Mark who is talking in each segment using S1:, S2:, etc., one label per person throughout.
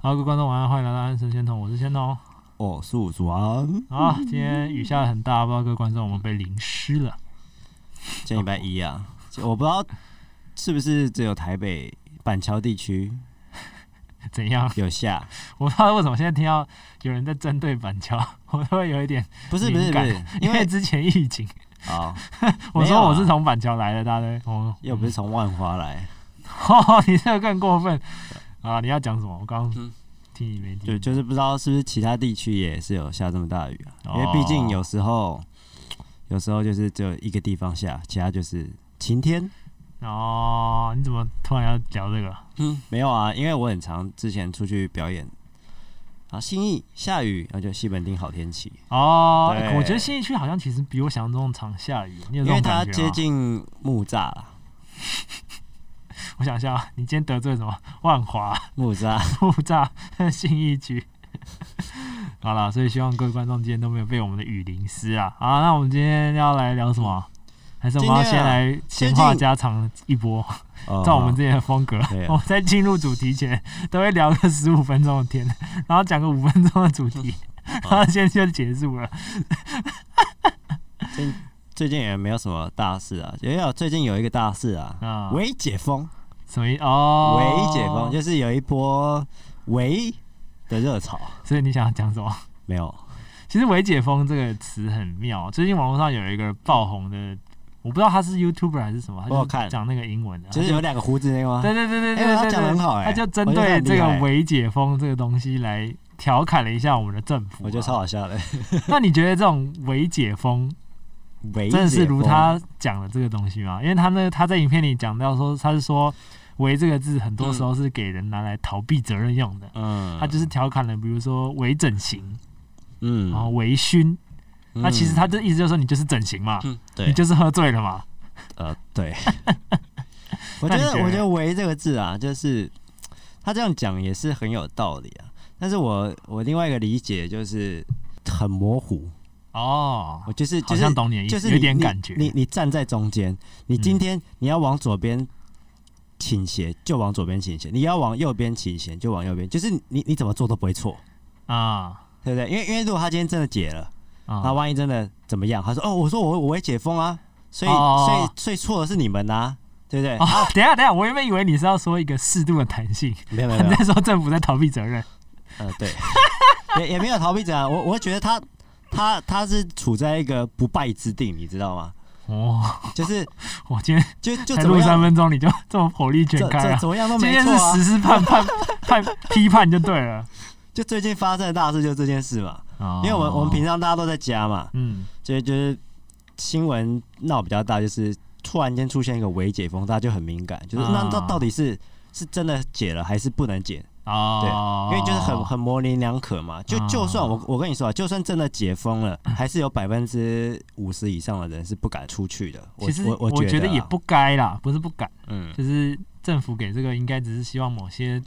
S1: 好，各位观众晚安，欢迎来到安神仙童，我是仙童。
S2: 我是武王，
S1: 好，啊今天雨下得很大，不知道各位观众我们被淋湿了。
S2: 今天礼拜一啊，我不知道是不是只有台北板桥地区
S1: 怎样？
S2: 有下，
S1: 我不知道为什么现在听到有人在针对板桥， 我都会有一点，
S2: 不是不是
S1: 敏
S2: 不
S1: 感
S2: 是，
S1: 因
S2: 因
S1: 为
S2: 为
S1: 之前疫情，
S3: 哦
S2: 啊、
S1: 我
S2: 没有
S1: 说
S2: 啊
S1: 我是从板桥来的，大家都 哦，
S2: 又不是从万华来，
S1: 哦，你这个更过分啊！你要讲什么？我刚刚
S2: 嗯
S1: 听你没
S2: 就
S1: 听，
S2: 就是不知道是不是其他地区也是有下这么大的雨啊，因为
S1: 哦
S2: 毕竟有时候有时候就是只有一个地方下，其他就是晴天。
S1: 哦，你怎么突然要聊这个？
S2: 嗯，没有啊，因为我很常之前出去表演啊，新义下雨，然后就西本町好天气，
S1: 哦，
S2: 对
S1: 欸我觉得新义区好像其实比我想象中常下雨，你有
S2: 因
S1: 这种
S2: 为它
S1: 感觉啊
S2: 接
S1: 吗？
S2: 近木栅啦，
S1: 我想一下，啊你今天得罪什么？万华、
S2: 木 栅。
S1: 木栅、信义区。 好了，所以希望各位观众今天都没有被我们的雨淋湿啊！好，那我们今天要来聊什么？啊还是我们要
S2: 今
S1: 先
S2: 天啊
S1: 来闲话家常一波，
S2: 哦
S1: 照我们之前的风格。
S2: 对啊
S1: 我们在进入主题前都会聊个十五分钟的天，然后讲个五分钟的主题，然后今天就结束了。
S2: 最最近也没有什么大事啊，也有最近有一个大事啊，
S1: 啊，
S2: 微解封，
S1: 什么意哦？
S2: 微解封就是有一波微的热潮，啊
S1: 所以你想要讲什么？
S2: 没有
S1: 其实“伪解封”这个词很妙，最近网络上有一个爆红的，我不知道他是 YouTuber 还是什么，他
S2: 我
S1: 就
S2: 有看
S1: 讲那个英文的，
S2: 就是有两个胡子那个吗
S1: 他就？对对对对对
S2: 哎
S1: 对，
S2: 他讲得很好
S1: 对
S2: 哎
S1: 他就针
S2: 我觉得他
S1: 对
S2: 很
S1: 这
S2: 厉
S1: 个
S2: 害
S1: 伪解封这个东西来调侃了一下我们的政府、啊
S2: 我觉得超。好笑的，
S1: 那你觉得这种伪解封
S2: 微
S1: 真的是
S2: 解
S1: 如
S2: 封
S1: 他讲的这个东西吗？因为他那他在影片里讲到说，他是说“伪”这个字很多时候是给人拿来逃避责任用的，
S2: 嗯，
S1: 他就是调侃了，比如说伪整形，
S2: 嗯
S1: 然后伪醺。
S2: 嗯
S1: 哦那其实他的意思就是说，你就是整形嘛，
S2: 嗯
S1: 你
S2: 对
S1: 就是喝醉了嘛。
S2: 呃 对，我
S1: 那
S2: 觉
S1: 你
S2: 得
S1: 觉得
S2: 我觉得“微”这个字啊，就是他这样讲也是很有道理啊，但是我我另外一个理解就是很模糊，
S1: 哦，
S2: 我就是就
S1: 好
S2: 是
S1: 像懂你的意思，
S2: 就是
S1: 有
S2: 你
S1: 点
S2: 你
S1: 感觉。
S2: 你你站在中间，你今天你要往左边倾斜就往左边倾斜，你要往右边倾斜就往右边，就是你你怎么做都不会错，
S1: 啊
S2: 对不对？因为因为如果他今天真的解了，那
S1: 啊，
S2: 万一真的怎么样？他说哦，我说我我会解封啊，所以
S1: 哦
S2: 所以所以错的是你们呐、对不对？
S1: 哦，等一下等一下，我原本以为你是要说一个适度的弹性，
S2: 没有没有没
S1: 你
S2: 有，
S1: 在说政府在逃避责任。
S2: 呃，对， 也也没有逃避者啊，我我觉得他他他是处在一个不败之地，你知道吗？
S1: 哦，
S2: 就是
S1: 我今天
S2: 就就
S1: 才
S2: 怎么
S1: 录三
S2: 样，
S1: 分钟，你就这么火力全
S2: 这
S1: 开
S2: 这
S1: 啊？
S2: 怎么样都
S1: 今
S2: 没
S1: 天
S2: 错
S1: 是
S2: 啊
S1: 实。施判判判批判就对了。
S2: 就最近发生的大事就这件事嘛，
S1: 哦
S2: 因为我们我们平常大家都在家嘛，
S1: 嗯
S2: 所以就是新闻闹比较大，就是突然间出现一个微解封，大家就很敏感，就是那
S1: 啊
S2: 到到底是是真的解了还是不能解？
S1: 哦，
S2: 因为就是很很模棱两可嘛。就
S1: 啊
S2: 就算我我跟你说啊，就算真的解封了，
S1: 嗯
S2: 还是有百分之五十以上的人是不敢出去的。我
S1: 其实
S2: 我
S1: 我
S2: 觉
S1: 觉得
S2: 啊
S1: 也不该啦，不是不敢，
S2: 嗯
S1: 就是政府给这个应该只是希望某些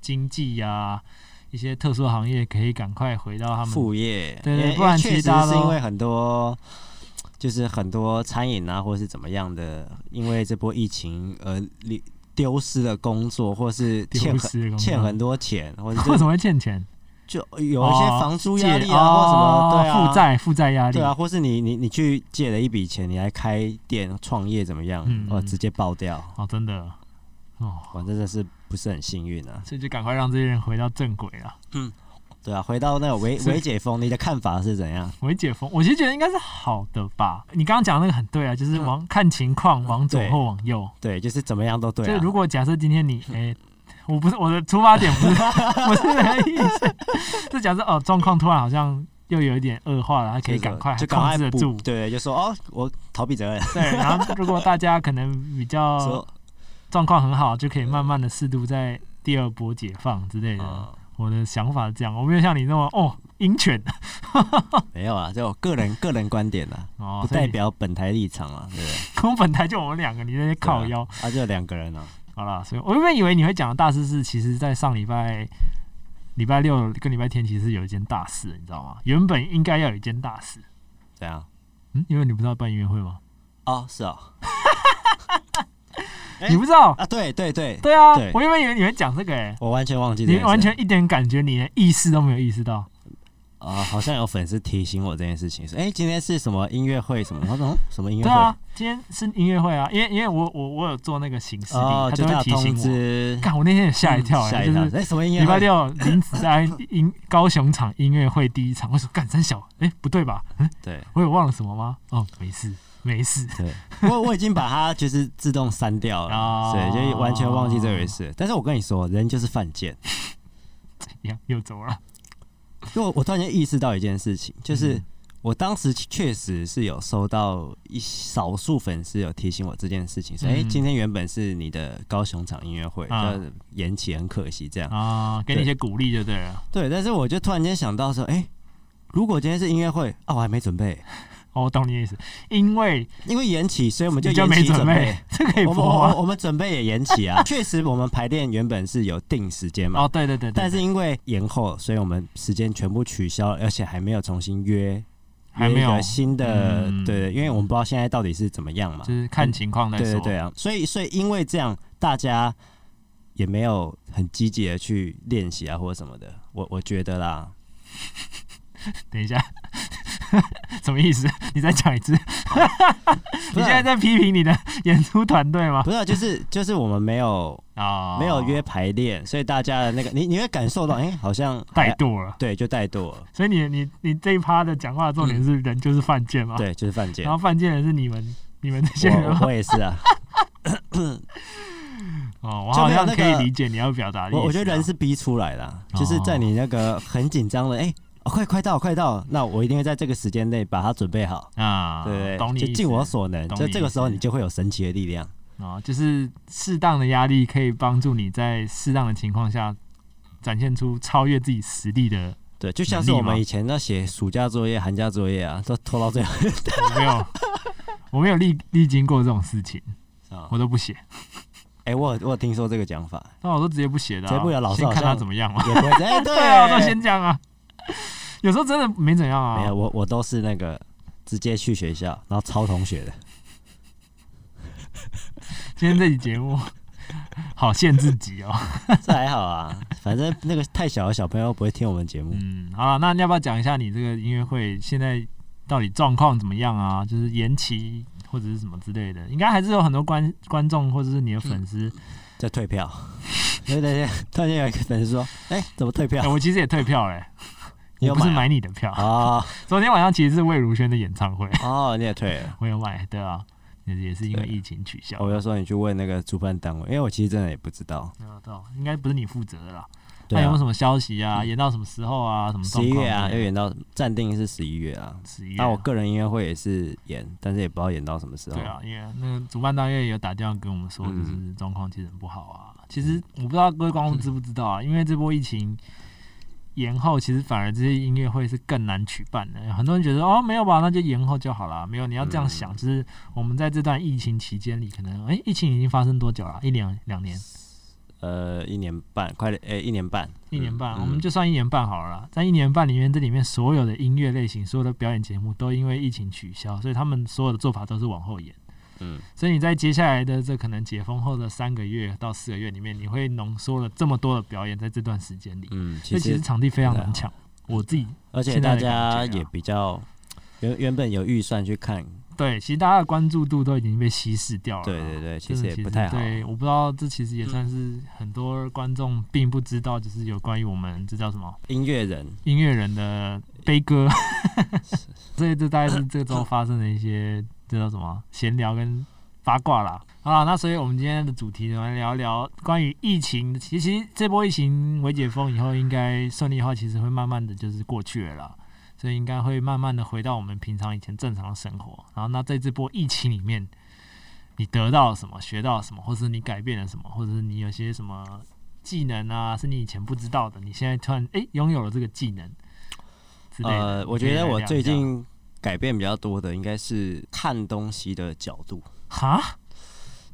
S1: 经济呀、一些特殊行业可以赶快回到他们
S2: 副业，
S1: 嗯对对
S2: 因为
S1: 不然
S2: 因为
S1: 其
S2: 确
S1: 实
S2: 实
S1: 大家
S2: 是
S1: 都
S2: 因为很多。就是很多餐饮啊，或是怎么样的，因为这波疫情而离丢失了工作，或是欠
S1: 丢
S2: 很
S1: 失的工作
S2: 欠 很多钱，或者
S1: 为什么会欠钱？
S2: 就有一些
S1: 哦
S2: 房租
S1: 借哦
S2: 压力啊，或什么对啊，
S1: 负债负债压力
S2: 对啊，或是你你你去借了一笔钱，你来开店创业怎么样？
S1: 嗯
S2: 哦，
S1: 嗯
S2: 直接爆掉，
S1: 哦，真的哦，
S2: 我真的是不是很幸运啊？
S1: 所以就赶快让这些人回到正轨了。
S2: 对啊，回到那个微
S1: 所以
S2: 微解封，你的看法是怎样？
S1: 我一解封，我其实觉得应该是好的吧。你刚刚讲那个很对啊，就是往、看情况，往
S2: 嗯
S1: 左
S2: 对
S1: 或往右。
S2: 对，就是怎么样都对
S1: 就
S2: 啊
S1: 是。如果假设今 天你诶、我 不是我的出发点不是不是那个意思，就假设哦状况突然好像。又有一点恶化了，他可以赶快
S2: 就赶
S1: 控
S2: 快
S1: 制得
S2: 补
S1: 住。
S2: 对，就说哦，我逃避责任，
S1: 对，然后如果大家可能比较
S2: 说
S1: 状况很好，就可以慢慢的适度在第二波解放之类的。
S2: 嗯
S1: 我的想法是这样，我没有像你那么哦鹰犬
S2: 没有啊，就我个人个人观点啦，
S1: 哦，
S2: 不
S1: 所以
S2: 代表本台立场啊，对不对？
S1: 我本来就我们两个，你在那边靠腰。
S2: 啊，就两个人啊，
S1: 好啦，所以我原本以为你会讲的大事是，其实在上礼拜礼拜六跟礼拜天其实有一件大事，你知道吗？原本应该要有一件大事，
S2: 怎样？
S1: 嗯，因为你不知道办音乐会吗？
S2: 哦，是哦，哎
S1: 你不知道？
S2: 啊，对对对，
S1: 对啊，
S2: 对
S1: 我原本以为你会讲这个、欸，
S2: 我完全忘记这
S1: 你
S2: 件事，
S1: 完全一点感觉，你连意识都没有意识到。
S2: 啊、好像有粉丝提醒我这件事情，说哎、今天是什么音乐会什么，我说嗯什么音乐
S1: 对
S2: 会，
S1: 啊，今天是音乐会啊，因为因为我我我有做那个形式力，
S2: 哦，
S1: 他
S2: 就
S1: 都
S2: 他
S1: 会
S2: 有
S1: 提
S2: 通
S1: 醒我。
S2: 知，嗯
S1: 看我那天也吓一跳、欸，
S2: 吓一
S1: 就
S2: 跳，
S1: 是
S2: 哎、什么音乐会？
S1: 礼拜六林子丹音 高雄场音乐会第一场，我说干三小，哎、不对吧？
S2: 对
S1: 我有忘了什么吗？哦，没事没事，
S2: 对，我我已经把它就是自动删掉了，
S1: 哦
S2: 对，就是完全忘记这回事。但是我跟你说，人就是犯贱，
S1: 一样又走了。
S2: 因为我我突然间意识到一件事情，就是
S1: 嗯
S2: 我当时确实是有收到一少数粉丝有提醒我这件事情，说哎、
S1: 嗯
S2: 今天原本是你的高雄场音乐会，
S1: 啊
S2: 要延期，很可惜这样。
S1: 啊，给你一些鼓励就对了。
S2: 对，但是我就突然间想到说，哎、如果今天是音乐会啊，我还没准备，
S1: 哦，我懂你的意思，因为
S2: 因为延期，所以我们就
S1: 你就
S2: 延
S1: 没
S2: 期准
S1: 准
S2: 备
S1: 备。，啊这可以
S2: 我们
S1: 播
S2: 我们
S1: 吗？
S2: 我们准备也延期啊，确实我们排练原本是有定时间嘛，
S1: 哦，对对对对，
S2: 但是因为延后，所以我们时间全部取消，而且还没有重新约，
S1: 还没有
S2: 约一个新的，
S1: 嗯
S2: 对，因为我们不知道现在到底是怎么样嘛，
S1: 就是看情况再
S2: 对
S1: 说。
S2: 对对啊，所以所以因为这样，大家也没有很积极的去练习啊或者什么的，我我觉得啦，
S1: 等一下， 什么意思？你再讲一次。你
S2: 啊
S1: 现在在批评你的 演出团队吗？
S2: 不是啊、就是就是我们没有
S1: 啊，
S2: 没有约排练，所以大家的那个你你会感受到，哎、好像还
S1: 怠惰了。
S2: 对，就怠惰了，
S1: 所以你你你这一趴的讲话的重点是人就是犯贱嘛？。
S2: 嗯对，就是犯贱
S1: 啊然。后犯贱的是你们你们这些人吗
S2: 我？我也是 啊，
S1: 哦，我
S2: 就
S1: 好
S2: 没有
S1: 像
S2: 那
S1: 可以
S2: 个
S1: 理解你要表达的意思啊。
S2: 我我觉得人是逼出来的啊，就是在你那个很紧张的，哎、哦快快到快到，那我一定会在这个时间内把它准备好，
S1: 啊，
S2: 对不对？
S1: 懂你
S2: 就
S1: 意
S2: 尽
S1: 思
S2: 我所能，
S1: 懂
S2: 就
S1: 你
S2: 这
S1: 意
S2: 个时候
S1: 思
S2: 你就会有神奇的力量。
S1: 啊，就是适当的压力可以帮助你在适当的情况下展现出超越自己实力的。
S2: 对，就像
S1: 能
S2: 是
S1: 力
S2: 我们
S1: 吗
S2: 以前那写暑假作业、寒假作业啊，都拖到最后
S1: 我没有，我没有历历经过这种事情，
S2: 啊。
S1: 我都不写，
S2: 哎、我有我有听说这个讲 法，
S1: 那我都直接不写的啊、
S2: 直接不写老师
S1: 先
S2: 好
S1: 看他
S2: 像
S1: 怎么样嘛。
S2: 也不会哎、对
S1: 对啊，我都先这样啊。有时候真的没怎样啊。
S2: 没有，我我都是那个直接去学校，然后抄同 学的。
S1: 今天这期节目 好限制级哦。
S2: 这还好啊，反正那个太小的小朋友不会听我们节目。
S1: 嗯，好了，那你要不要讲一下你这个音乐会现在到底状况怎么样啊？就是延期或者是什么之类的，应该还是有很多观观众或者是你的粉丝。
S2: 嗯在退票，所以那天突然间有一个粉丝说：“哎、怎么退票
S1: 哎、？我其实也退票嘞、
S2: 你有
S1: 我不是
S2: 买啊
S1: 买你的票。
S2: 哦
S1: 昨天晚上其实是魏如萱的演唱会，
S2: 哦，你也退了。哦
S1: 我有买，对啊，也也是因为疫情取消。
S2: 我就说你去问那个主办单位，因为我其实真的也不知道。
S1: 没有到，啊应该不是你负责的啦。
S2: 对
S1: 那有没有
S2: 啊，
S1: 哎什么消息啊？演到什么时候啊？什么
S2: 十
S1: 状
S2: 一
S1: 况？
S2: 月啊，又演到暂定是十一月啊。
S1: 十一月
S2: 那
S1: 啊。
S2: 我个人音乐会也是演，但是也不知道演到什么时候。
S1: 对啊，因为那个主办单位有打电话跟我们说，就
S2: 嗯
S1: 是状况其实很不好啊。其实我不知道各位观众知不知道啊，因为这波疫情延后，其实反而这些音乐会是更难举办的。很多人觉得哦，没有吧，那就延后就好啦。没有，你要这样想，就是我们在这段疫情期间里，可能哎，疫情已经发生多久了？一两两年，
S2: 呃，一年半，快点，哎、一年半，
S1: 一年半，
S2: 嗯
S1: 我们就算一年半好了啦。在一年半里面，这里面所有的音乐类型、所有的表演节目都因为疫情取消，所以他们所有的做法都是往后延。
S2: 嗯，
S1: 所以你在接下来的这可能解封后的三个月到四个月里面，你会浓缩了这么多的表演在这段时间里，
S2: 嗯，
S1: 所
S2: 其
S1: 以其实
S2: 实
S1: 场地非常
S2: 对啊
S1: 难抢。我自己
S2: 而且
S1: 现在
S2: 大
S1: 的
S2: 家
S1: 感觉啊哦
S2: 也比较原原本有预算去看，
S1: 对，其实大家的关注度都已经被稀释掉了啦。
S2: 对对对，其
S1: 真
S2: 实
S1: 的
S2: 也不太好。
S1: 嗯
S2: 嗯
S1: 对，我不知道这其实也算是很多观众并不知道，就是有关于我们这叫什么
S2: 音乐人
S1: 音乐人的悲歌，所以这大概是这周发生的一些这叫什么闲聊跟八卦啦。好啦，那所以我们今天的主题呢，来聊聊关于疫情。其实这波疫情未解封以后，应该顺利的话，其实会慢慢的就是过去了啦。所以应该会慢慢的回到我们平常以前正常的生活。然后，那这这波疫情里面，你得到了什么，学到了什么，或是你改变了什么，或者是你有些什么技能啊，是你以前不知道的，你现在突然诶拥有了这个技能之类的。
S2: 呃，
S1: 你
S2: 我
S1: 可以
S2: 觉得
S1: 来
S2: 我
S1: 聊
S2: 最
S1: 一下
S2: 近改变比较多的应该是看东西的角度，
S1: 哈，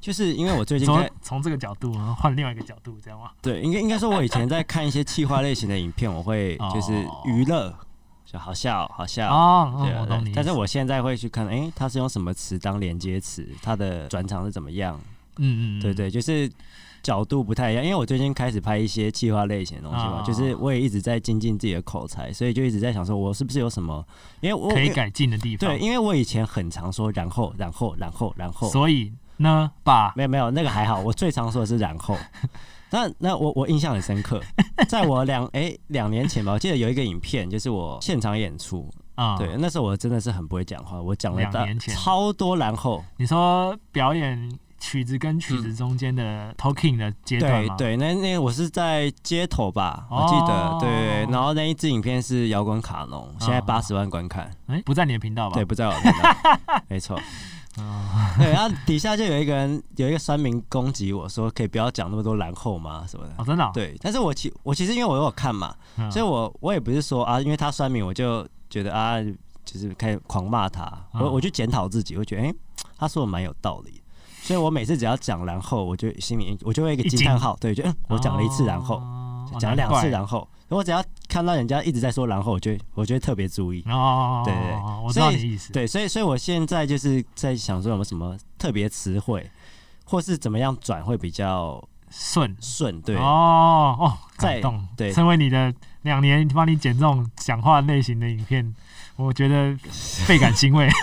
S2: 就是因为我最 近
S1: 从
S2: 在
S1: 从这个角度然后换另外一个角度，这样吗？
S2: 对，应该应该说，我以前在看一些企划类型的影片，我会
S1: 哦
S2: 就是娱乐，就好笑好笑。
S1: 哦，
S2: 啊对
S1: 嗯我
S2: 对
S1: 懂你意思。
S2: 但是我现在会去看，诶，它是用什么词当连接词，它的转场是怎么样？
S1: 嗯嗯，嗯
S2: 对，对，就是角度不太一样。因为我最近开始拍一些企划类型的东西嘛，
S1: 哦
S2: 就是我也一直在精进自己的口才，所以就一直在想说，我是不是有什么？因为我
S1: 可以改进的地方。
S2: 对，，因为我以前很常说然后然后然后然后，
S1: 所以呢，把
S2: 没有没有，那个还好。我最常说的是然 后，那那我我印象很深刻，在我两哎两年前吧，我记得有一个影片，就是我现场演出，
S1: 啊，
S2: 对，，那时候我真的是很不会讲话，我讲了
S1: 两
S2: 大
S1: 年前
S2: 超多然后，
S1: 你说表演曲子跟曲子中间的 talking 的阶
S2: 嗯
S1: 段
S2: 对
S1: 吗？，
S2: 对，那那我是在街头吧，
S1: 哦
S2: 我记得对，然后那一支影片是摇滚卡农，现在
S1: 嗯
S2: 八十万观看，
S1: 哎，不在你的频道吧？哦
S2: 对，，不在我频道，没错。对，然后底下就有一个人，有一个酸民攻击我说，可以不要讲那么多然后吗什么的。
S1: 哦，真的哦，
S2: 对，但是我其我其实因为我有看嘛，
S1: 嗯，
S2: 所以我我也不是说啊，因为他酸民我就觉得啊，就是开始狂骂他，
S1: 嗯
S2: 我我就检讨自己，我觉得哎、诶他说的蛮有道理，所以我每次只要讲然后，我就心里我就会有一个
S1: 一
S2: 惊
S1: 惊
S2: 叹号，对，就嗯，我讲了一次然后，
S1: 哦
S2: 讲了两次，
S1: 哦
S2: 然后，我只要看到人家一直在说然后，我就会我就会特别注意。
S1: 难怪哦，
S2: 对对对
S1: 哦我知道
S2: 所
S1: 你
S2: 以
S1: 的意思。
S2: 对，所以所以我现在就是在想说有没有什么特别词汇，或是怎么样转会比较
S1: 顺，
S2: 顺，对，
S1: 哦哦，感
S2: 在
S1: 动。
S2: 对
S1: 身为你的两年帮你剪这种讲话类型的影片，我觉得倍感欣慰。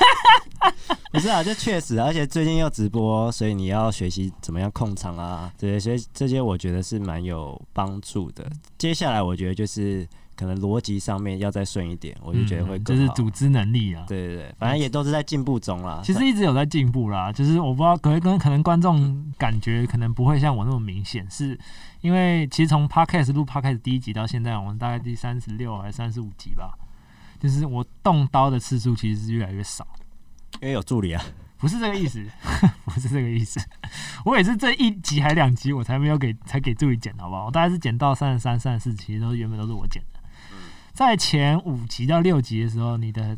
S2: 不是啊，这确实啊，而且最近又直播，所以你要学习怎么样控场啊，对，所以这些我觉得是蛮有帮助的。接下来我觉得就是可能逻辑上面要再顺一点，我就觉得会
S1: 嗯
S2: 更
S1: 这是
S2: 好。
S1: 组织能力啊。
S2: 对对对，反正也都是在进步中啦。
S1: 其实一直有在进步啦，就是我不知道，可能跟可能观众感觉可能不会像我那么明显，是因为其实从 podcast 录 podcast 第一集到现在，我们大概第三十六还是三十五集吧，就是我动刀的次数其实是越来越少，
S2: 因为有助理啊，
S1: 不是这个意思， 不是这个意思，我也是这一集还两集我才没有给才给助理剪，好不好？我大概是剪到三十三、三十四，其实都是原本都是我剪的，在前五集到六集的时候，你的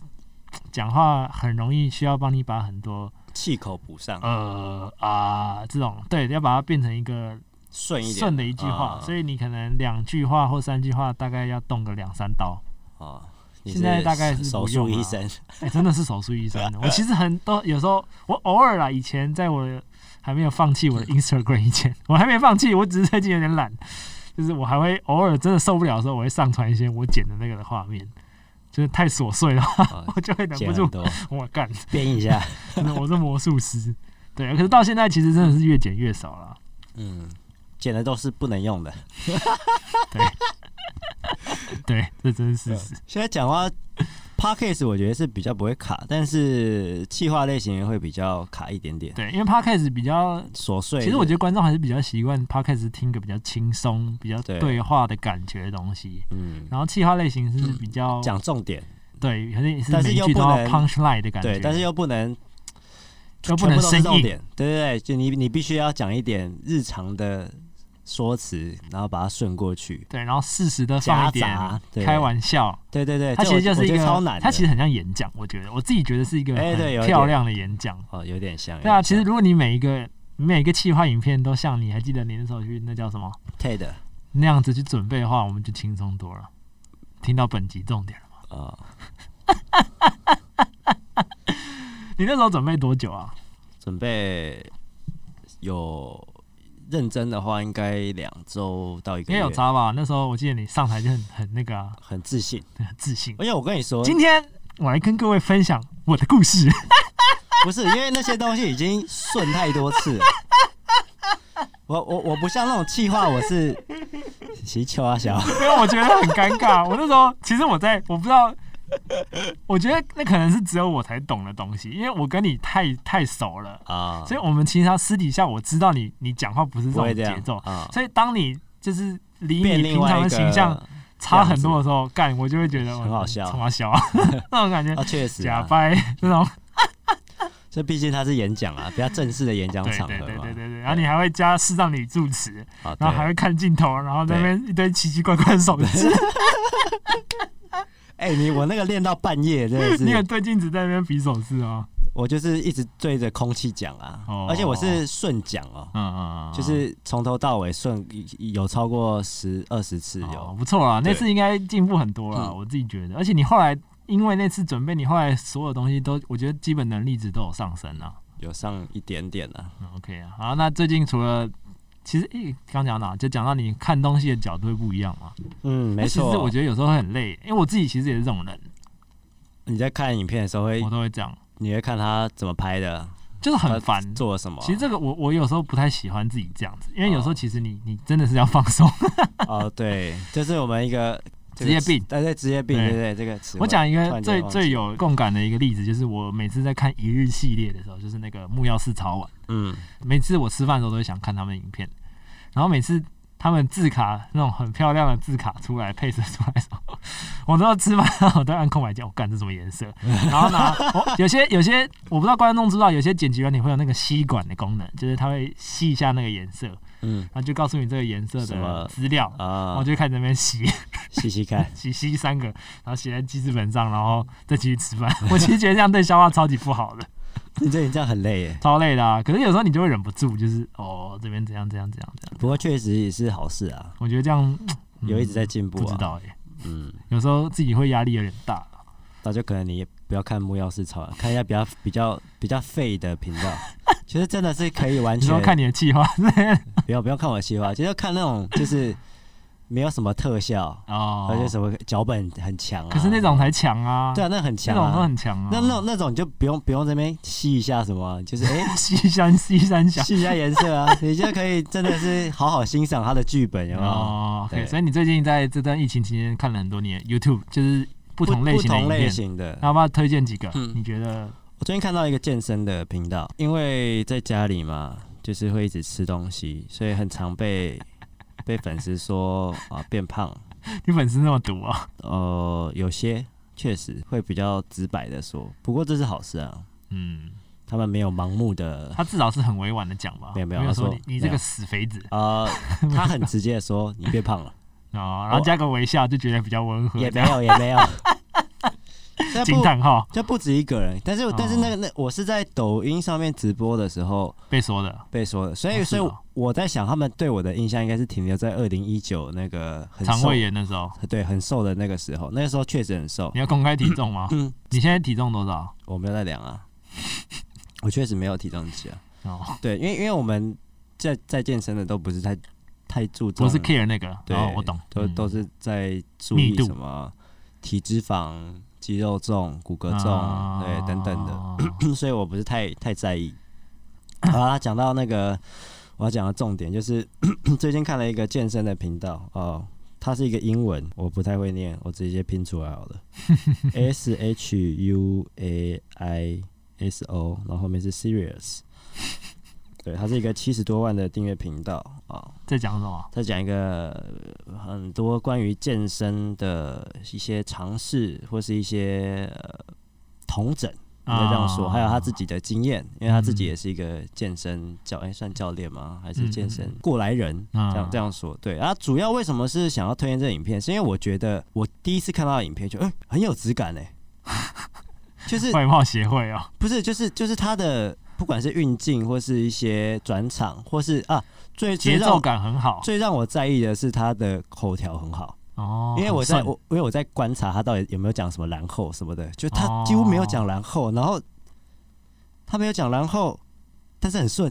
S1: 讲话很容易需要帮你把很多。
S2: 气口补上，
S1: 呃啊这种，对，要把它变成一个
S2: 顺一点，
S1: 顺的一句话，
S2: 啊
S1: 所以你可能两句话或三句话，大概要动个两三刀。
S2: 啊，你
S1: 现在大概是
S2: 手
S1: 不
S2: 术
S1: 用啊
S2: 医生，
S1: 哎、真的是手术医生的。我其实很多，有时候我偶尔啦，以前在我还没有放弃我的 Instagram 以前，我还没放弃，我只是最近有点懒，就是我还会偶尔真的受不了的时候，我会上传一些我剪的那个的画面，就是太琐碎了，
S2: 啊
S1: 我就会忍
S2: 剪很
S1: 不住，
S2: 多，
S1: 我干，
S2: 编一下，
S1: 真的我是魔术师。对，可是到现在其实真的是越剪越少了。
S2: 嗯，剪的都是不能用的。
S1: 对，啊这真是事实。
S2: 现在讲话 podcast 我觉得是比较不会卡，但是气化类型会比较卡一点点，
S1: 对，因为 podcast 比较，
S2: 琐碎。
S1: 其实我觉得观众还是比较习惯 podcast 听个比较轻松、比较
S2: 对
S1: 对话的感觉的东西。
S2: 嗯，
S1: 然后气话类型是比较、
S2: 讲重点，
S1: 对，肯定是
S2: 但是
S1: 每一
S2: 又
S1: 句
S2: 不
S1: 都要
S2: 能
S1: punch line 的感觉，
S2: 对，但是又不能
S1: 又不
S2: 全
S1: 能
S2: 部都是
S1: 生
S2: 重
S1: 硬。
S2: 点，对对对，就你你必须要讲一点日常的说辞，然后把它顺过去，
S1: 对，然后适时的放
S2: 夹
S1: 一点
S2: 杂，啊对
S1: 开玩笑，
S2: 对对对，
S1: 它
S2: 这
S1: 其
S2: 我
S1: 实就是一
S2: 我觉
S1: 个
S2: 得超难的，
S1: 它其实很像演讲，我觉得我自己觉得是一个
S2: 哎
S1: 很
S2: 对有一
S1: 漂
S2: 点
S1: 亮的演讲。
S2: 哦有点像，
S1: 对啊，其实如果你每一个每一个气话影片都像你还记得你那时候去那叫什么
S2: TED 啊、
S1: 那样子去准备的话，我们就轻松多了。听到本集重点。
S2: 哦
S1: 你那时候准备多久啊？
S2: 准备有认真的话，应该两周到一
S1: 应
S2: 个
S1: 该
S2: 月，
S1: 有差吧？那时候我记得你上台就很很那个、啊，
S2: 很自信。
S1: 很自信。
S2: 而且我跟你说，
S1: 今天我来跟各位分享我的故 事。
S2: 不是因为那些东西已经顺太多次了。 我我我不像那种气话，我是其秋啊小，
S1: 没有，我觉得很尴尬。我那时候其实我在 我不知道，我觉得那可能是只有我才懂的东西，因为我跟你太太熟了，
S2: 啊，
S1: 所以我们平常私底下我知道你你讲话不是这
S2: 不会
S1: 种
S2: 这样
S1: 节奏，
S2: 啊，
S1: 所以当你就是离
S2: 变
S1: 你
S2: 另
S1: 平
S2: 外
S1: 常
S2: 一
S1: 的
S2: 个
S1: 形象差很多的时候，干我就会觉得
S2: 很好笑
S1: 很好笑 啊，那种感觉
S2: 啊，确实
S1: 假
S2: 啊，
S1: 掰那种，
S2: 这毕竟它是演讲啊，比较正式的演讲
S1: 对
S2: 场
S1: 对
S2: 合
S1: 对
S2: 嘛
S1: 对对。对，然后你还会加适当的语助词，
S2: 啊，
S1: 然后还
S2: 对
S1: 会看镜头，然后在那边一堆奇奇怪怪的手势，
S2: 哎，你我那个练到半夜真的
S1: 你很
S2: 是，
S1: 对镜子在那边比手势哦，
S2: 我就是一直对着空气讲啊
S1: 哦，
S2: 而且我是顺讲哦，
S1: 嗯嗯，嗯
S2: 就是从头到尾顺有超过十二十次
S1: 哦
S2: 有，
S1: 不错啦，
S2: 对
S1: 那次应该进步很多了，
S2: 嗯
S1: 我自己觉得。而且你后来因为那次准备，你后来所有东西都，我觉得基本能力值都有上升啊。
S2: 有上一点点啊。
S1: 嗯 OK 啊，好，那最近除了其实诶，刚讲到哪，就讲到你看东西的角度会不一样嘛。
S2: 嗯，没
S1: 那其实
S2: 错
S1: 我。觉得有时候会很累，因为我自己其实也是这种人，
S2: 你在看影片的时候会
S1: 我，都会这样，
S2: 你会看他怎么拍的，
S1: 就是
S2: 他
S1: 很啊烦。
S2: 做了什么。
S1: 嗯其实这个我我有时候不太喜欢自己这样子，因为有时候其实你你真的是要放松。
S2: 哦， 对，这是我们一个这个
S1: 职业病
S2: 对对，职业病，
S1: 对
S2: 对对，这个词汇。
S1: 我讲一
S2: 突
S1: 个
S2: 然间
S1: 最
S2: 忘记
S1: 最有共感的一个例子，就是我每次在看一日系列的时候，就是那个木曜四超玩。
S2: 嗯，
S1: 每次我吃饭的时候都会想看他们的影片，然后每次他们字卡那种很漂亮的字卡出来配色出来的时候，我都要吃饭，我都按空白键，我干这什么颜 色？然后呢，我有些有些我不知道观众知道，有些剪辑软体会有那个吸管的功能，就是它会吸一下那个颜色，
S2: 嗯
S1: 然后就告诉你这个颜色
S2: 什么
S1: 的资料，然后
S2: 啊
S1: 就，会开始在那边吸。
S2: 细细看，
S1: 洗洗三个，然后写在记事本上，然后再继续吃饭。我其实觉得这样对消化超级不好的，
S2: 你这你这样很累耶。
S1: 超累的、啊。可是有时候你就会忍不住，就是哦这边怎样怎样怎样怎样。
S2: 不过确实也是好事啊，
S1: 我觉得这样、嗯
S2: 有一直在进
S1: 不
S2: 步
S1: 知
S2: 啊。
S1: 道哎、
S2: 嗯，
S1: 有时候自己会压力有点大。
S2: 那就可能你也不要看木曜市场，看一下比较比较比较废的频道。其实真的是可以完
S1: 你说
S2: 全
S1: 看你的计划
S2: 不要不要看我的计划，就是看那种就是没有什么特效， 而且
S1: 哦，
S2: 什么脚本很强啊。
S1: 可是那种才强啊，
S2: 对啊，那很
S1: 那
S2: 强
S1: 种都
S2: 啊。
S1: 很强啊。
S2: 那那种那种你就不用不用这边吸一下什么，就是 哎
S1: 西山西山小
S2: 试一下颜色 啊，你就可以真的是好好欣赏他的剧本，有没有？
S1: 哦，OK。
S2: 对
S1: 所以你最近在这段疫情期间看了很多你的 YouTube，就是不同类型
S2: 不
S1: 的
S2: 同
S1: 影
S2: 类
S1: 片，啊
S2: 型的
S1: 那。要不要推荐几个？
S2: 嗯
S1: 你觉得
S2: 我最近看到一个健身的频道，因为在家里嘛，就是会一直吃东西，所以很常被 被粉丝说啊变胖。
S1: 你粉丝那么毒啊？
S2: 呃，有些确实会比较直白的说，不过这是好事啊，
S1: 嗯，
S2: 他们没有盲目的
S1: 他至少是很委婉的讲吧，
S2: 没有没有
S1: 有说
S2: 他说
S1: 你你
S2: 没
S1: 这
S2: 有
S1: 个死肥子
S2: 啊，他很直接的说你变 胖了，
S1: 哦，然后加个微笑就觉得比较温和，
S2: 也没有也 没有。这
S1: 惊
S2: 不
S1: 叹号
S2: 这不止一个人，但是但是那个那我是在抖音上面直播的时候
S1: 被说的，
S2: 被说的，所
S1: 哦
S2: 以
S1: 是
S2: 所以
S1: 哦
S2: 我在想，他们对我的印象应该是停留在二零一九那个很
S1: 肠
S2: 瘦
S1: 胃，炎的时候，
S2: 对，很瘦的那个时候，那个时候确实很瘦
S1: 你，要公开体重吗？
S2: 嗯
S1: 你现在体重多少？
S2: 我没有在量 啊，我确实没有体重计啊，
S1: 哦，
S2: 对，因为因为我们在在健身的都不是太太注重，
S1: 不是 care 那个，
S2: 对
S1: 哦，我懂，
S2: 都
S1: 嗯
S2: 都是在注
S1: 密
S2: 意
S1: 度
S2: 什么体脂肪、肌肉重、骨骼重，
S1: 啊
S2: 对等等的，
S1: 哦
S2: 所以我不是太太在意。好啊，讲到那个我要讲的重点，就是 最近看了一个健身的频道哦，它是一个英文，我不太会念，我直接拼出来好了，S H U A I S O，然后后面是 Serious。对，它是一个七十多万的订阅频道啊、哦
S1: 在讲什么？
S2: 再讲一个呃很多关于健身的一些尝试，或是一些呃同诊，应该这样说。
S1: 啊
S2: 还有他自己的经验，因为他自己也是一个健身教，哎、算教练吗？还是健身
S1: 嗯嗯
S2: 过来人？
S1: 啊
S2: 这样这样说，对啊，主要为什么是想要推荐这影片，是因为我觉得我第一次看到的影片就，哎很有质感哎、 就是
S1: 外貌协会哦，
S2: 不是就是就是他的不管是运镜或是一些转场，或是啊最最
S1: 节
S2: 让
S1: 奏感很好
S2: 最让我在意的是他的口条很好，
S1: 哦，
S2: 因为我
S1: 很
S2: 在
S1: 顺
S2: 我因为我在观察他到底有没有讲什么然后什么的，就
S1: 哦
S2: 他几乎没有讲然后，然后他没有讲然后，但是很 顺。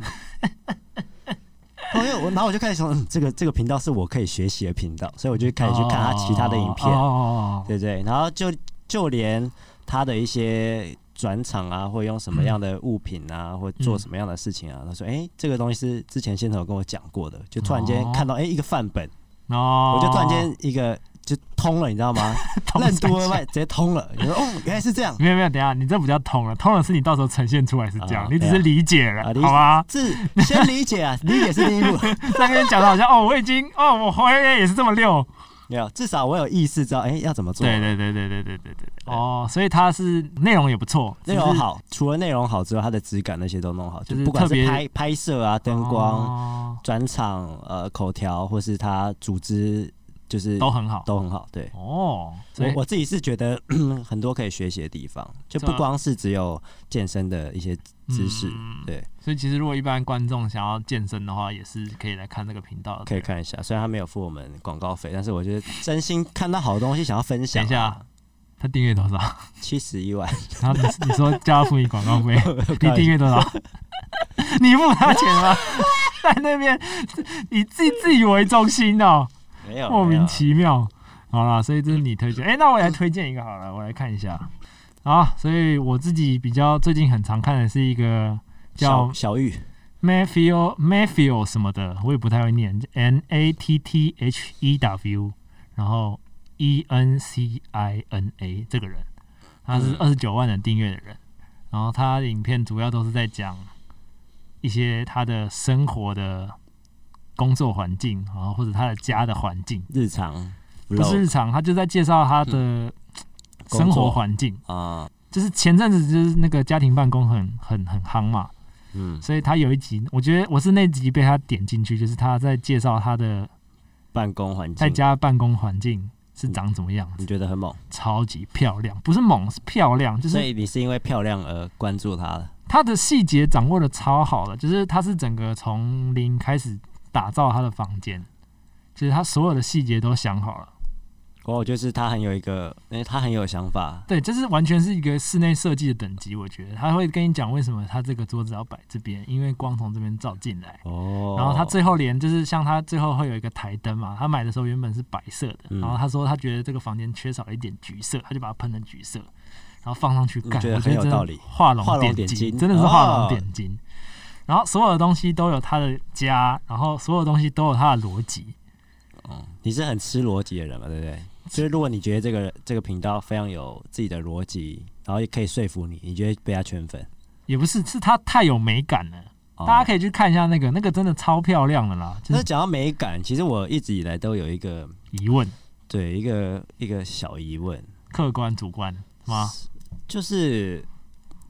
S2: 然后因为我然后我就开始想，嗯，这个这个频道是我可以学习的频道，所以我就开始去看他其他的影片，
S1: 哦哦哦哦
S2: 对不对？然后就就连他的一些转场啊，或用什么样的物品啊，
S1: 嗯
S2: 或做什么样的事情啊，他说，哎，这个东西是之前现场有跟我讲过的，就突然间
S1: 哦
S2: 看到，哎，一个范本。
S1: 哦，哦
S2: 我就突然间一个就通了，你知道吗？
S1: 通
S2: 任
S1: 三
S2: 督
S1: 下
S2: 二脉直接通 了，你说哦，原来是这样
S1: 没有没有，等一下你这不叫通了，通了是你到时候呈现出来是这
S2: 啊
S1: 样，你只
S2: 对
S1: 是
S2: 啊
S1: 理解了
S2: 啊，理，解
S1: 好吧？
S2: 是 先理解啊，理解是第一步，
S1: 在那边讲的好像哦，我已经哦，我回来也是这么溜，
S2: 没有，至少我有意识知道，哎、要怎么做。
S1: 对对对对对对对对。哦，所以它是内容也不错，
S2: 内容好，除了内容好之外，它的质感那些都弄好，就
S1: 就是
S2: 不管
S1: 特别
S2: 是拍拍摄啊、
S1: 只是，
S2: 灯光、
S1: 哦
S2: 转场、呃口条，或是它组织，就是
S1: 都很好。
S2: 都很好。对，
S1: 哦，所以
S2: 我我自己是觉得 很多可以学习的地方，就
S1: 这
S2: 不
S1: 样
S2: 光是只有健身的一些知识，
S1: 嗯
S2: 对，
S1: 所以其实如果一般观众想要健身的话，也是可以来看这个频道的。
S2: 可以看一下。虽然他没有付我们广告费，但是我觉得真心看到好东西想啊要分享、
S1: 等一下，他订阅多少？
S2: 七十一万，
S1: 然后你你说叫他付你广告 费，你 订阅多少？你付他钱吗？ 在那边以自己自以为中心哦，
S2: 没 有
S1: 莫
S2: 没有
S1: 名其妙。好啦，所以这是你推荐。哎、那我来推荐一个好了，我来看一下。啊，所以我自己比较最近很常看的是一个叫
S2: 小小玉
S1: Matthew Matthew 什么的，我也不太会念，N A T T H E W，然后 E N C I N A 这个人，他是二十九万人订阅的人，然后他的影片主要都是在讲一些他的生活的工作环境，然后或者他的家的环境，
S2: 日常
S1: 不是
S2: vlog
S1: 日常，他就在介绍他的
S2: 嗯工作
S1: 生活环境。
S2: 啊，
S1: 就是前阵子就是那个家庭办公很很很夯嘛，
S2: 嗯，
S1: 所以他有一集，我觉得我是那集被他点进去，就是他在介绍他的
S2: 办公环境
S1: 在家办公环境是长怎么样子，
S2: 你觉得很猛，
S1: 超级漂亮，不是猛，是漂亮，就
S2: 所
S1: 是
S2: 以你是因为漂亮而关注他的，
S1: 他的细节掌握的超好的，就是他是整个从零开始打造他的房间，就是他所有的细节都想好了，
S2: 我就是他很有一个，因为他很有想法，
S1: 对，这是完全是一个室内设计的等级，我觉得他会跟你讲为什么他这个桌子要摆这边，因为光从这边照进来。
S2: 哦，
S1: 然后他最后连就是像他最后会有一个台灯嘛，他买的时候原本是白色的，
S2: 嗯
S1: 然后他说他觉得这个房间缺少了一点橘色，他就把它喷成橘色，然后放上去
S2: 嗯
S1: 干，
S2: 觉得
S1: 我
S2: 很有
S1: 真的
S2: 道理
S1: 画
S2: 画
S1: 龙
S2: 龙
S1: 点
S2: 点睛
S1: 真的是画龙
S2: 哦
S1: 点睛。然后所有的东西都有他的家，然后所有东西都有他的逻辑，
S2: 你是很吃逻辑的人嘛，对不对？所以如果你觉得这个这个频道非常有自己的逻辑，然后也可以说服你，你就会被他圈粉。
S1: 也不是是他太有美感了。
S2: 哦
S1: 大家可以去看一下那个，那个真的超漂亮的啦，就
S2: 那
S1: 是
S2: 讲到美感，其实我一直以来都有一个
S1: 疑问，
S2: 对一个一个小疑问，
S1: 客观主观吗？
S2: 就是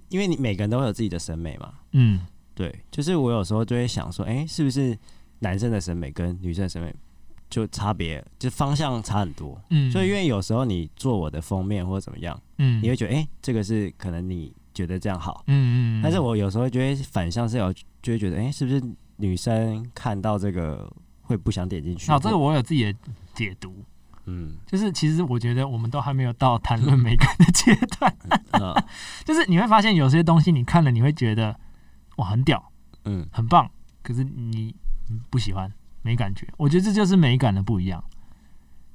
S2: 因为你每个人都会有自己的审美嘛，
S1: 嗯，
S2: 对，就是我有时候就会想说，哎、是不是男生的审美跟女生的审美就差别，就方向差很多？
S1: 嗯，
S2: 所以因为有时候你做我的封面或者怎么样，
S1: 嗯，
S2: 你会觉得，哎、这个是可能你觉得这样好，
S1: 嗯嗯嗯，
S2: 但是我有时候就会反向是有，就会觉得，哎、是不是女生看到这个会不想点进去？
S1: 那、哦这个我有自己的解读，
S2: 嗯
S1: 就是其实我觉得我们都还没有到谈 论美感的阶段，
S2: 啊
S1: 就是你会发现有些东西你看了你会觉得哇很屌
S2: 嗯，
S1: 很棒，可是你不喜欢没感觉，我觉得这就是美感的不一样。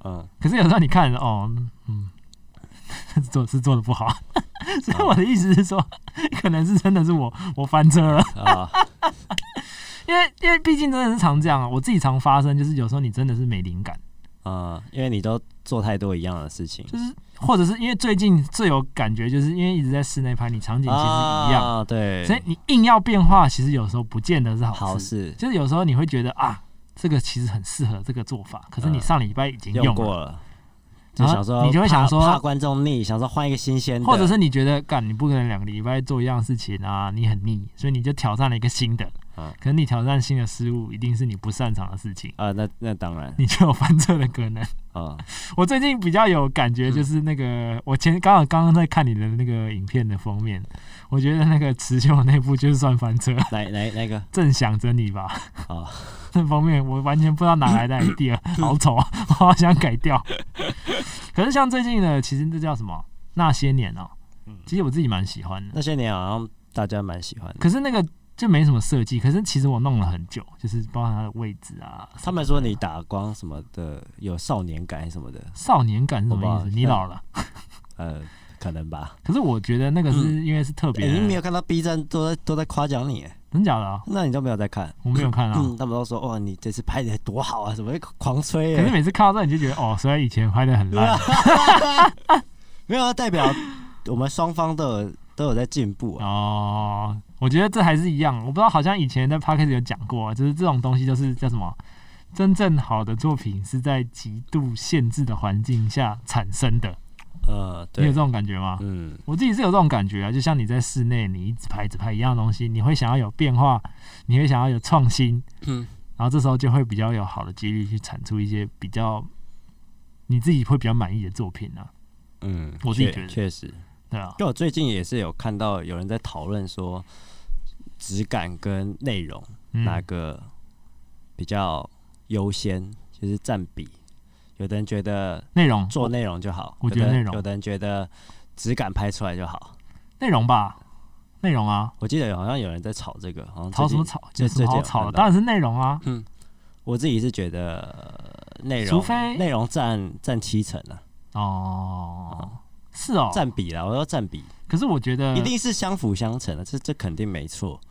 S2: 嗯，
S1: 可是有时候你看了哦嗯 做是做的不好， 所以
S2: 哦
S1: 我的意思是说，可能是真的是我我翻车了，
S2: 啊，
S1: 因为因为毕竟真的是常这样啊，我自己常发生，就是有时候你真的是没灵感。
S2: 啊，因为你都做太多一样的事情，
S1: 就是或者是因为最近最有感觉，就是因为一直在室内拍，你场景其实一样，
S2: 啊，对，
S1: 所以你硬要变化，其实有时候不见得是好事。
S2: 好事
S1: 就是有时候你会觉得啊，这个其实很适合这个做法，可是你
S2: 嗯
S1: 上礼拜已经用了，
S2: 用过了，就
S1: 然后
S2: 想说怕，
S1: 你就会想说
S2: 怕观众腻，想说换一个新鲜的，
S1: 或者是你觉得干你不可能两个礼拜做一样事情啊，你很腻，所以你就挑战了一个新的。
S2: 嗯
S1: 可是你挑战新的事物，一定是你不擅长的事情，
S2: 啊，那那当然
S1: 你就有翻车的可能。
S2: 啊，
S1: 我最近比较有感
S2: 嗯
S1: 觉，就是那个、我前刚好刚刚在看你的那个影片的封面，我觉得那个池秀那部就是算翻车，
S2: 来来来个
S1: 正想着你吧。
S2: 啊，
S1: 那封面我完全不知道哪来的 idea，好丑啊， 我好想改掉。 可是像最近的，其实这叫什么？那些年哦、
S2: 嗯
S1: 其实我自己蛮喜欢的，
S2: 那些年好像大家蛮喜欢的，
S1: 可是那个就没什么设计，可是其实我弄了很久，就是包含它的位置啊。
S2: 他们说你打光什么的有少年感什么的，
S1: 少年感是什么
S2: 好
S1: 意
S2: 吧
S1: 思？你老了，
S2: 呃，可能吧。
S1: 可是我觉得那个是因为是特别啊
S2: 哎，
S1: 的，
S2: 你没有看到 B 站都在都在夸奖你，哎
S1: 真假的啊？
S2: 那你都没有在看。
S1: 我没有看啊。
S2: 嗯，他们都说哇，你这次拍的多好啊，什么狂吹
S1: 可是
S2: 哎，
S1: 每次看到这，你就觉得哦，虽然以前拍的很
S2: 啊
S1: 烂，
S2: 没有啊代表我们双方都有都有在进步啊。
S1: 哦，啊我觉得这还是一样。我不知道，好像以前在 p o d c a s t 有讲过，就是这种东西就是叫什么真正好的作品是在极度限制的环境下产生的。
S2: 呃，
S1: 啊你有
S2: 对
S1: 这，种感觉吗？
S2: 嗯，
S1: 我自己是有这种感觉啊，就像你在室内，你一直拍一直拍一样的东西，你会想要有变化，你会想要有创新，
S2: 嗯，
S1: 然后这时候就会比较有好的几率去产出一些比较你自己会比较满意的作品啊，
S2: 嗯，
S1: 我自己
S2: 确
S1: 觉得
S2: 确实，
S1: 对啊，
S2: 因为我最近也是有看到有人在讨论说，质感跟内容
S1: 嗯
S2: 哪个比较优先，就是占比。有的人觉得
S1: 内容
S2: 做内容就好，
S1: 我
S2: 有
S1: 觉得
S2: 的
S1: 内
S2: 人
S1: 容
S2: 有的人觉得质感拍出来就好。
S1: 内容吧，内容啊，
S2: 我记得好像有人在吵这个，好像最
S1: 吵什
S2: 近
S1: 么吵？
S2: 最
S1: 有什么
S2: 最近
S1: 好
S2: 有
S1: 吵的？
S2: 看到
S1: 当然是内容啊，
S2: 我自己是觉得呃内容，
S1: 除非
S2: 内容占占七成啊，
S1: 哦，是哦，嗯
S2: 占比啦，我说占比，
S1: 可是我觉得
S2: 一定是相辅相成的，这这肯定没错。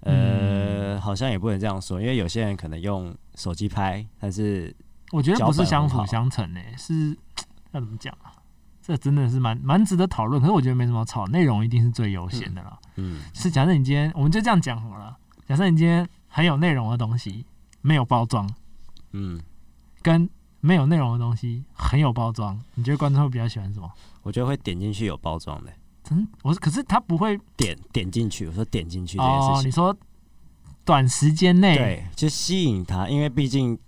S2: 呃，
S1: 嗯
S2: 好像也不能这样说，因为有些人可能用手机拍，但是
S1: 我觉得不是相
S2: 脚本
S1: 辅
S2: 很好
S1: 相成诶、是要怎么讲啊？这真的是蛮蛮值得讨论，可是我觉得没什么好吵，内容一定是最优先的啦。
S2: 嗯
S1: 是假设你今天，我们就这样讲好了。假设你今天很有内容的东西没有包装，
S2: 嗯，
S1: 跟没有内容的东西很有包装，你觉得观众会比较喜欢什么？
S2: 我觉得会点进去有包装的，
S1: 真我可是他不会
S2: 点点进去，我说点进去这件
S1: 哦
S2: 事，情，
S1: 你说短时间内
S2: 对，就吸引他，因为毕竟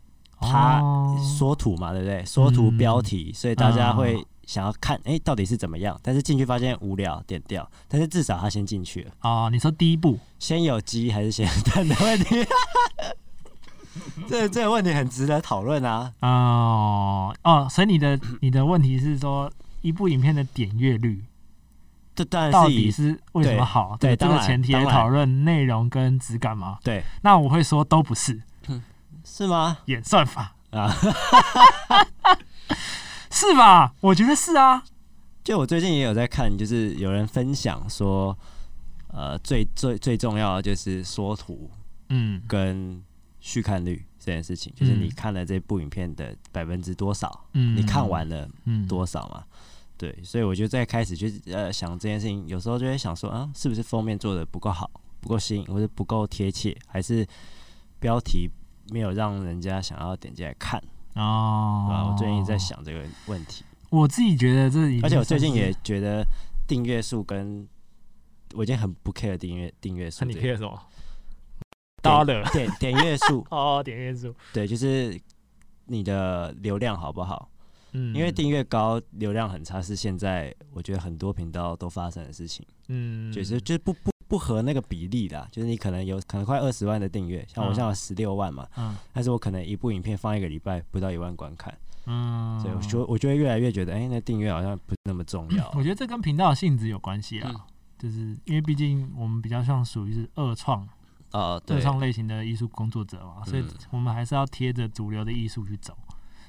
S2: 他
S1: 哦
S2: 缩图嘛，对不对？缩图
S1: 嗯
S2: 标题，所以大家
S1: 嗯
S2: 会想要看，哎、到底是怎么样？但是进去发现无聊，点掉。但是至少他先进去了，
S1: 哦，你说第一步
S2: 先有鸡还是先 有蛋的问 题。这这个问题很值得讨论啊！
S1: 哦哦，所以 你的你的问题是说一部影片的点阅率
S2: 这当然
S1: 到
S2: 是
S1: 底
S2: 以
S1: 是为什么好？
S2: 呃对对
S1: 这个
S2: 当然
S1: 前提来讨论内容跟质感吗？
S2: 对
S1: 那我会说都不是
S2: 是吗？
S1: 演算法
S2: 啊，
S1: 是吧？我觉得是啊，
S2: 就我最近也有在看，就是有人分享说，呃，最最最重要的就是缩图
S1: 嗯
S2: 跟续看率这件事情，就是
S1: 嗯
S2: 你看了这部影片的百分之多少，
S1: 嗯，
S2: 你看完了
S1: 嗯
S2: 多少嘛。对，所以我就在开始去呃想这件事情，有时候就会想说啊，是不是封面做的不够好，不够新，或者不够贴切，还是标题没有让人家想要点进来看，
S1: 哦
S2: 对吧、我最近在，想这个问题，
S1: 我自己觉得这已经
S2: 而且我最
S1: 算是
S2: 近也觉得订阅数跟我已经很不 care 订阅订阅数
S3: 那你
S2: 这个，
S3: 配什么？，
S1: 刀了
S2: 点点阅数
S3: 哦，点阅数，
S2: 对，就是你的流量好不好？
S3: 嗯
S2: 因为订阅高，流量很差，是现在我觉得很多频道都发生的事情。
S3: 嗯
S2: 就是就是不不不合那个比例啦，就是你可能有可能快二十万的订阅，像我
S1: 嗯
S2: 现在有十六万嘛，
S1: 嗯
S2: 但是我可能一部影片放一个礼拜不到一万观看，
S1: 嗯，。
S2: 所以我就我就会越来越觉得，哎、那订阅好像不是那么重要
S1: 嗯我觉得这跟频道的性质有关系啊，
S2: 嗯
S1: 就是因为毕竟我们比较像属于是二创
S2: 啊、
S1: 二
S2: 对，
S1: 创类型的艺术工作者嘛，所以
S2: 嗯
S1: 我们还是要贴着主流的艺术去走，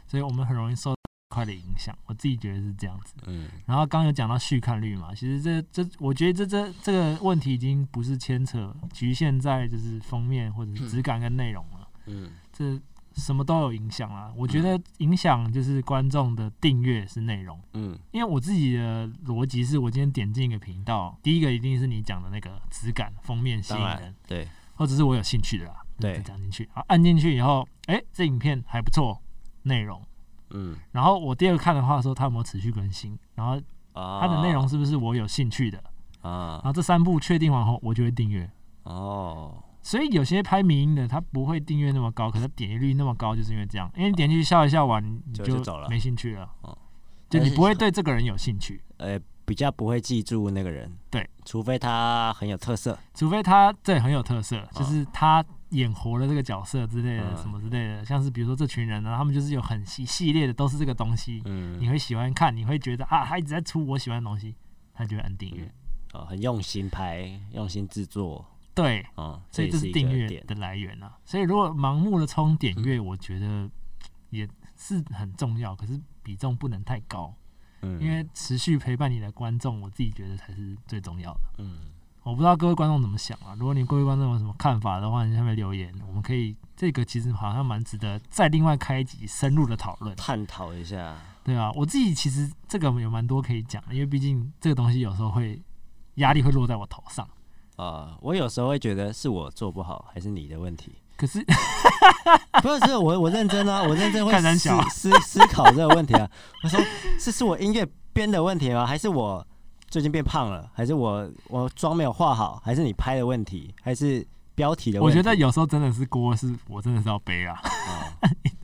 S1: 所以我们很容易受到快的影响。我自己觉得是这样子。
S2: 嗯
S1: 然后刚刚有讲到续看率嘛，其实这这我觉得这这这个问题已经不是牵扯局限在就是封面或者是质感跟内容了，
S2: 嗯
S1: 这什么都有影响啦。我觉得影响就是观众的订阅是内容。
S2: 嗯
S1: 因为我自己的逻辑是，我今天点进一个频道，第一个一定是你讲的那个质感、封面吸引
S2: 当
S1: 人
S2: 然，对，
S1: 或者是我有兴趣的啦，
S2: 对
S1: 就讲进去，啊，按进去以后，哎、这影片还不错，内容。
S2: 嗯
S1: 然后我第二个看的话，说它有没有持续更新，然后
S2: 啊，
S1: 它的内容是不是我有兴趣的，然
S2: 啊
S1: 后这三步确定完后，我就会订阅。
S2: 哦，
S1: 所以有些拍迷音的，他不会订阅那么高，可是点击率那么高，就是因为这样，因为你点进去笑一笑完，你
S2: 就
S1: 就
S2: 就走了
S1: 没兴趣了
S2: 哦，
S1: 就
S2: 但
S1: 你
S2: 是
S1: 不会对这个人有兴趣。
S2: 呃，比较不会记住那个人，
S1: 对，
S2: 除非他很有特色，
S1: 除非他这很有特色，就是他演活了这个角色之类的，
S2: 啊嗯
S1: 什么之类的，像是比如说这群人呢，啊他们就是有很系系列的都是这个东西，你
S2: 嗯，
S1: 会喜欢看，你会觉得啊，他一直在出我喜欢的东西，他就会按订阅。
S2: 哦，很用心拍，用心制作，
S1: 对，
S2: 啊、
S1: 所以
S2: 也
S1: 这
S2: 是
S1: 是
S2: 一
S1: 订
S2: 个
S1: 阅
S2: 点，
S1: 的来源啊。所以如果盲目的冲点阅，我觉得也是很重要，可是比重不能太高，
S2: 嗯，
S1: 因为持续陪伴你的观众，我自己觉得才是最重要的。
S2: 嗯
S1: 我不知道各位观众怎么想啊。如果你各位观众有什么看法的话，你下面留言，我们可以这个其实好像蛮值得再另外开一集深入的讨论，
S2: 探讨一下，
S1: 对啊，我自己其实这个有蛮多可以讲的，因为毕竟这个东西有时候会压力会落在我头上。
S2: 哦啊、我有时候会觉得是我做不好，还是你的问题。
S1: 可是
S2: 不是，是我我认真啊，我认真会
S1: 看
S2: 思
S1: 人小啊
S2: 思 思考这个问题啊。我说，这是我音乐编的问题吗？还是我最近变胖了？还是我我妆没有化好？还是你拍的问题？还是标题的
S1: 我
S2: 问题？
S1: 觉得有时候真的是锅是我真的是要背啊，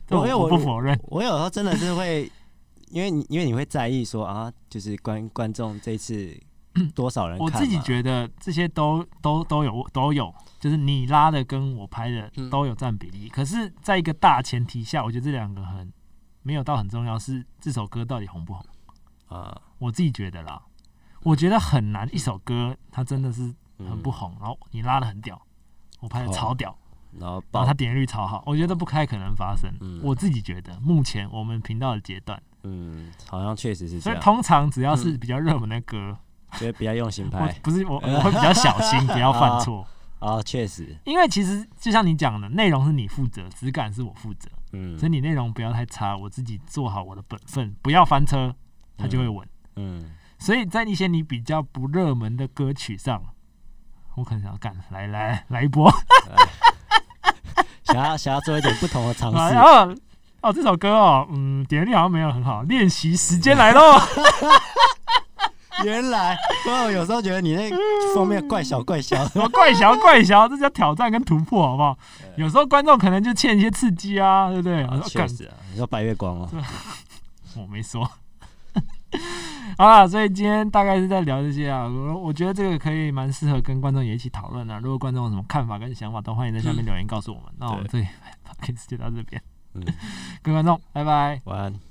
S1: 这
S2: 我因为
S1: 我
S2: 我
S1: 不否认。
S2: 我有时候真的是会，因为你 因为你会在意说啊，就是观观众这一次多少人看
S1: 我
S2: 嘛，
S1: 自己觉得这些都都都有都有，就是你拉的跟我拍的
S2: 嗯
S1: 都有占比例。可是，在一个大前提下，我觉得这两个很没有到很重要，是这首歌到底红不红？
S2: 啊，
S1: 我自己觉得
S2: 嗯
S1: 啦，我觉得很难，一首歌它真的是很不
S2: 好，
S1: 红，然后你拉的很屌，我拍的
S2: 哦
S1: 超屌，
S2: 然后
S1: 然
S2: 爆
S1: 后它点击率超好，我觉得不开可能发生。
S2: 嗯
S1: 我自己觉得，目前我们频道的阶段，
S2: 嗯，好像确实是嗯这
S1: 所以
S2: 样，
S1: 通常只要是比较热门的歌，
S2: 觉得比较用心
S1: 我
S2: 拍
S1: 不是我我会比较 小心，不要犯错。
S2: 啊，确实，
S1: 因为其实就像你讲的，内容是你负责，质感是我负责，
S2: 嗯
S1: 所以你内容不要太差，我自己做好我的本分，不要翻车，它就会稳。
S2: 嗯
S1: 所以在一些你比较不热门的歌曲上，我可能想要干来来来一波，
S2: 想要想要做一点不同的尝 试
S1: 然，后哦这首歌哦，嗯，点击率好像没有很好，练习时间来喽。
S2: 嗯原来，不然我有时候觉得你那封面怪小怪小，
S1: 什么怪小怪小，这叫挑战跟突破，好不好？有时候观众可能就欠一些刺激啊，对不对？我说
S2: 确
S1: 干
S2: 实啊，你说白月光 哦，
S1: 我没说。好啦，所以今天大概是在聊这些啊，我我觉得这个可以蛮适合跟观众也一起讨论啊的。如果观众有什么看法跟想法，都欢迎在下 面留言告诉我们。那我们这里 p o d 就到这边，
S2: 嗯，
S1: 各位观众，拜拜。
S2: 晚安。